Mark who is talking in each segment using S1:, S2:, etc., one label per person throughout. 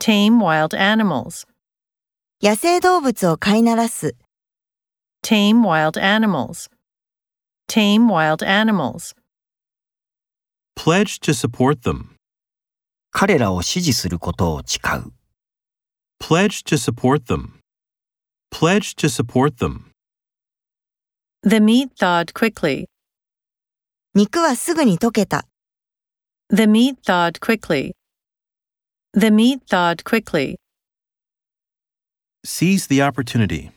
S1: tame wild animals,
S2: 野生動物を飼いならす、
S1: tame wild animals, tame wild animals.
S3: Pledge to support them.
S4: 彼らを支持することを誓う。
S3: Pledge to support them. Pledge to support them.
S1: The meat thawed quickly.
S2: 肉はすぐに溶けた、
S1: The meat thawed quickly. The meat thawed quickly.
S3: Seize the opportunity.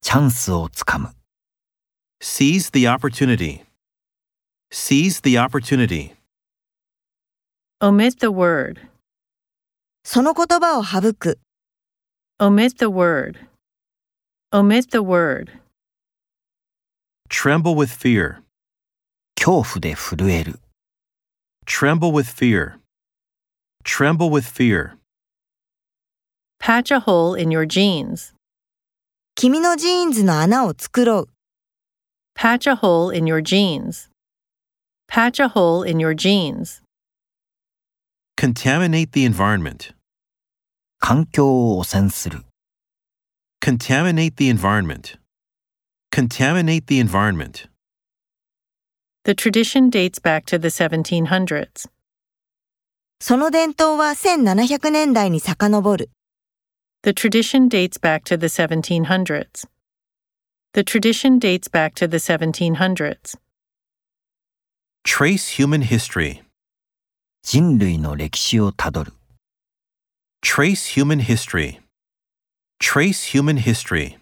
S4: チャンスをつかむ。
S3: Seize the opportunity. Seize the opportunity.
S1: Omit the word.
S2: その言葉を省く、
S1: Omit the word. Omit the word.
S3: Tremble with fear.
S4: 恐怖で震える。
S3: Tremble with fear. Tremble with fear.
S1: Patch a hole in your jeans.
S2: 君のジーンズの穴を作ろう、
S1: Patch a hole in your jeans. Patch a hole in your jeans.
S3: Contaminate the environment.
S4: 環境を汚染する。
S3: Contaminate the environment. Contaminate the environment.
S1: The tradition dates back to the 1700s.
S2: その伝統は1700年代に遡る、
S1: The tradition dates back to the 1700s. The tradition dates back to the 1700s.
S3: Trace human history.
S4: 人類の歴史をたどる。
S3: Trace human history. Trace human history.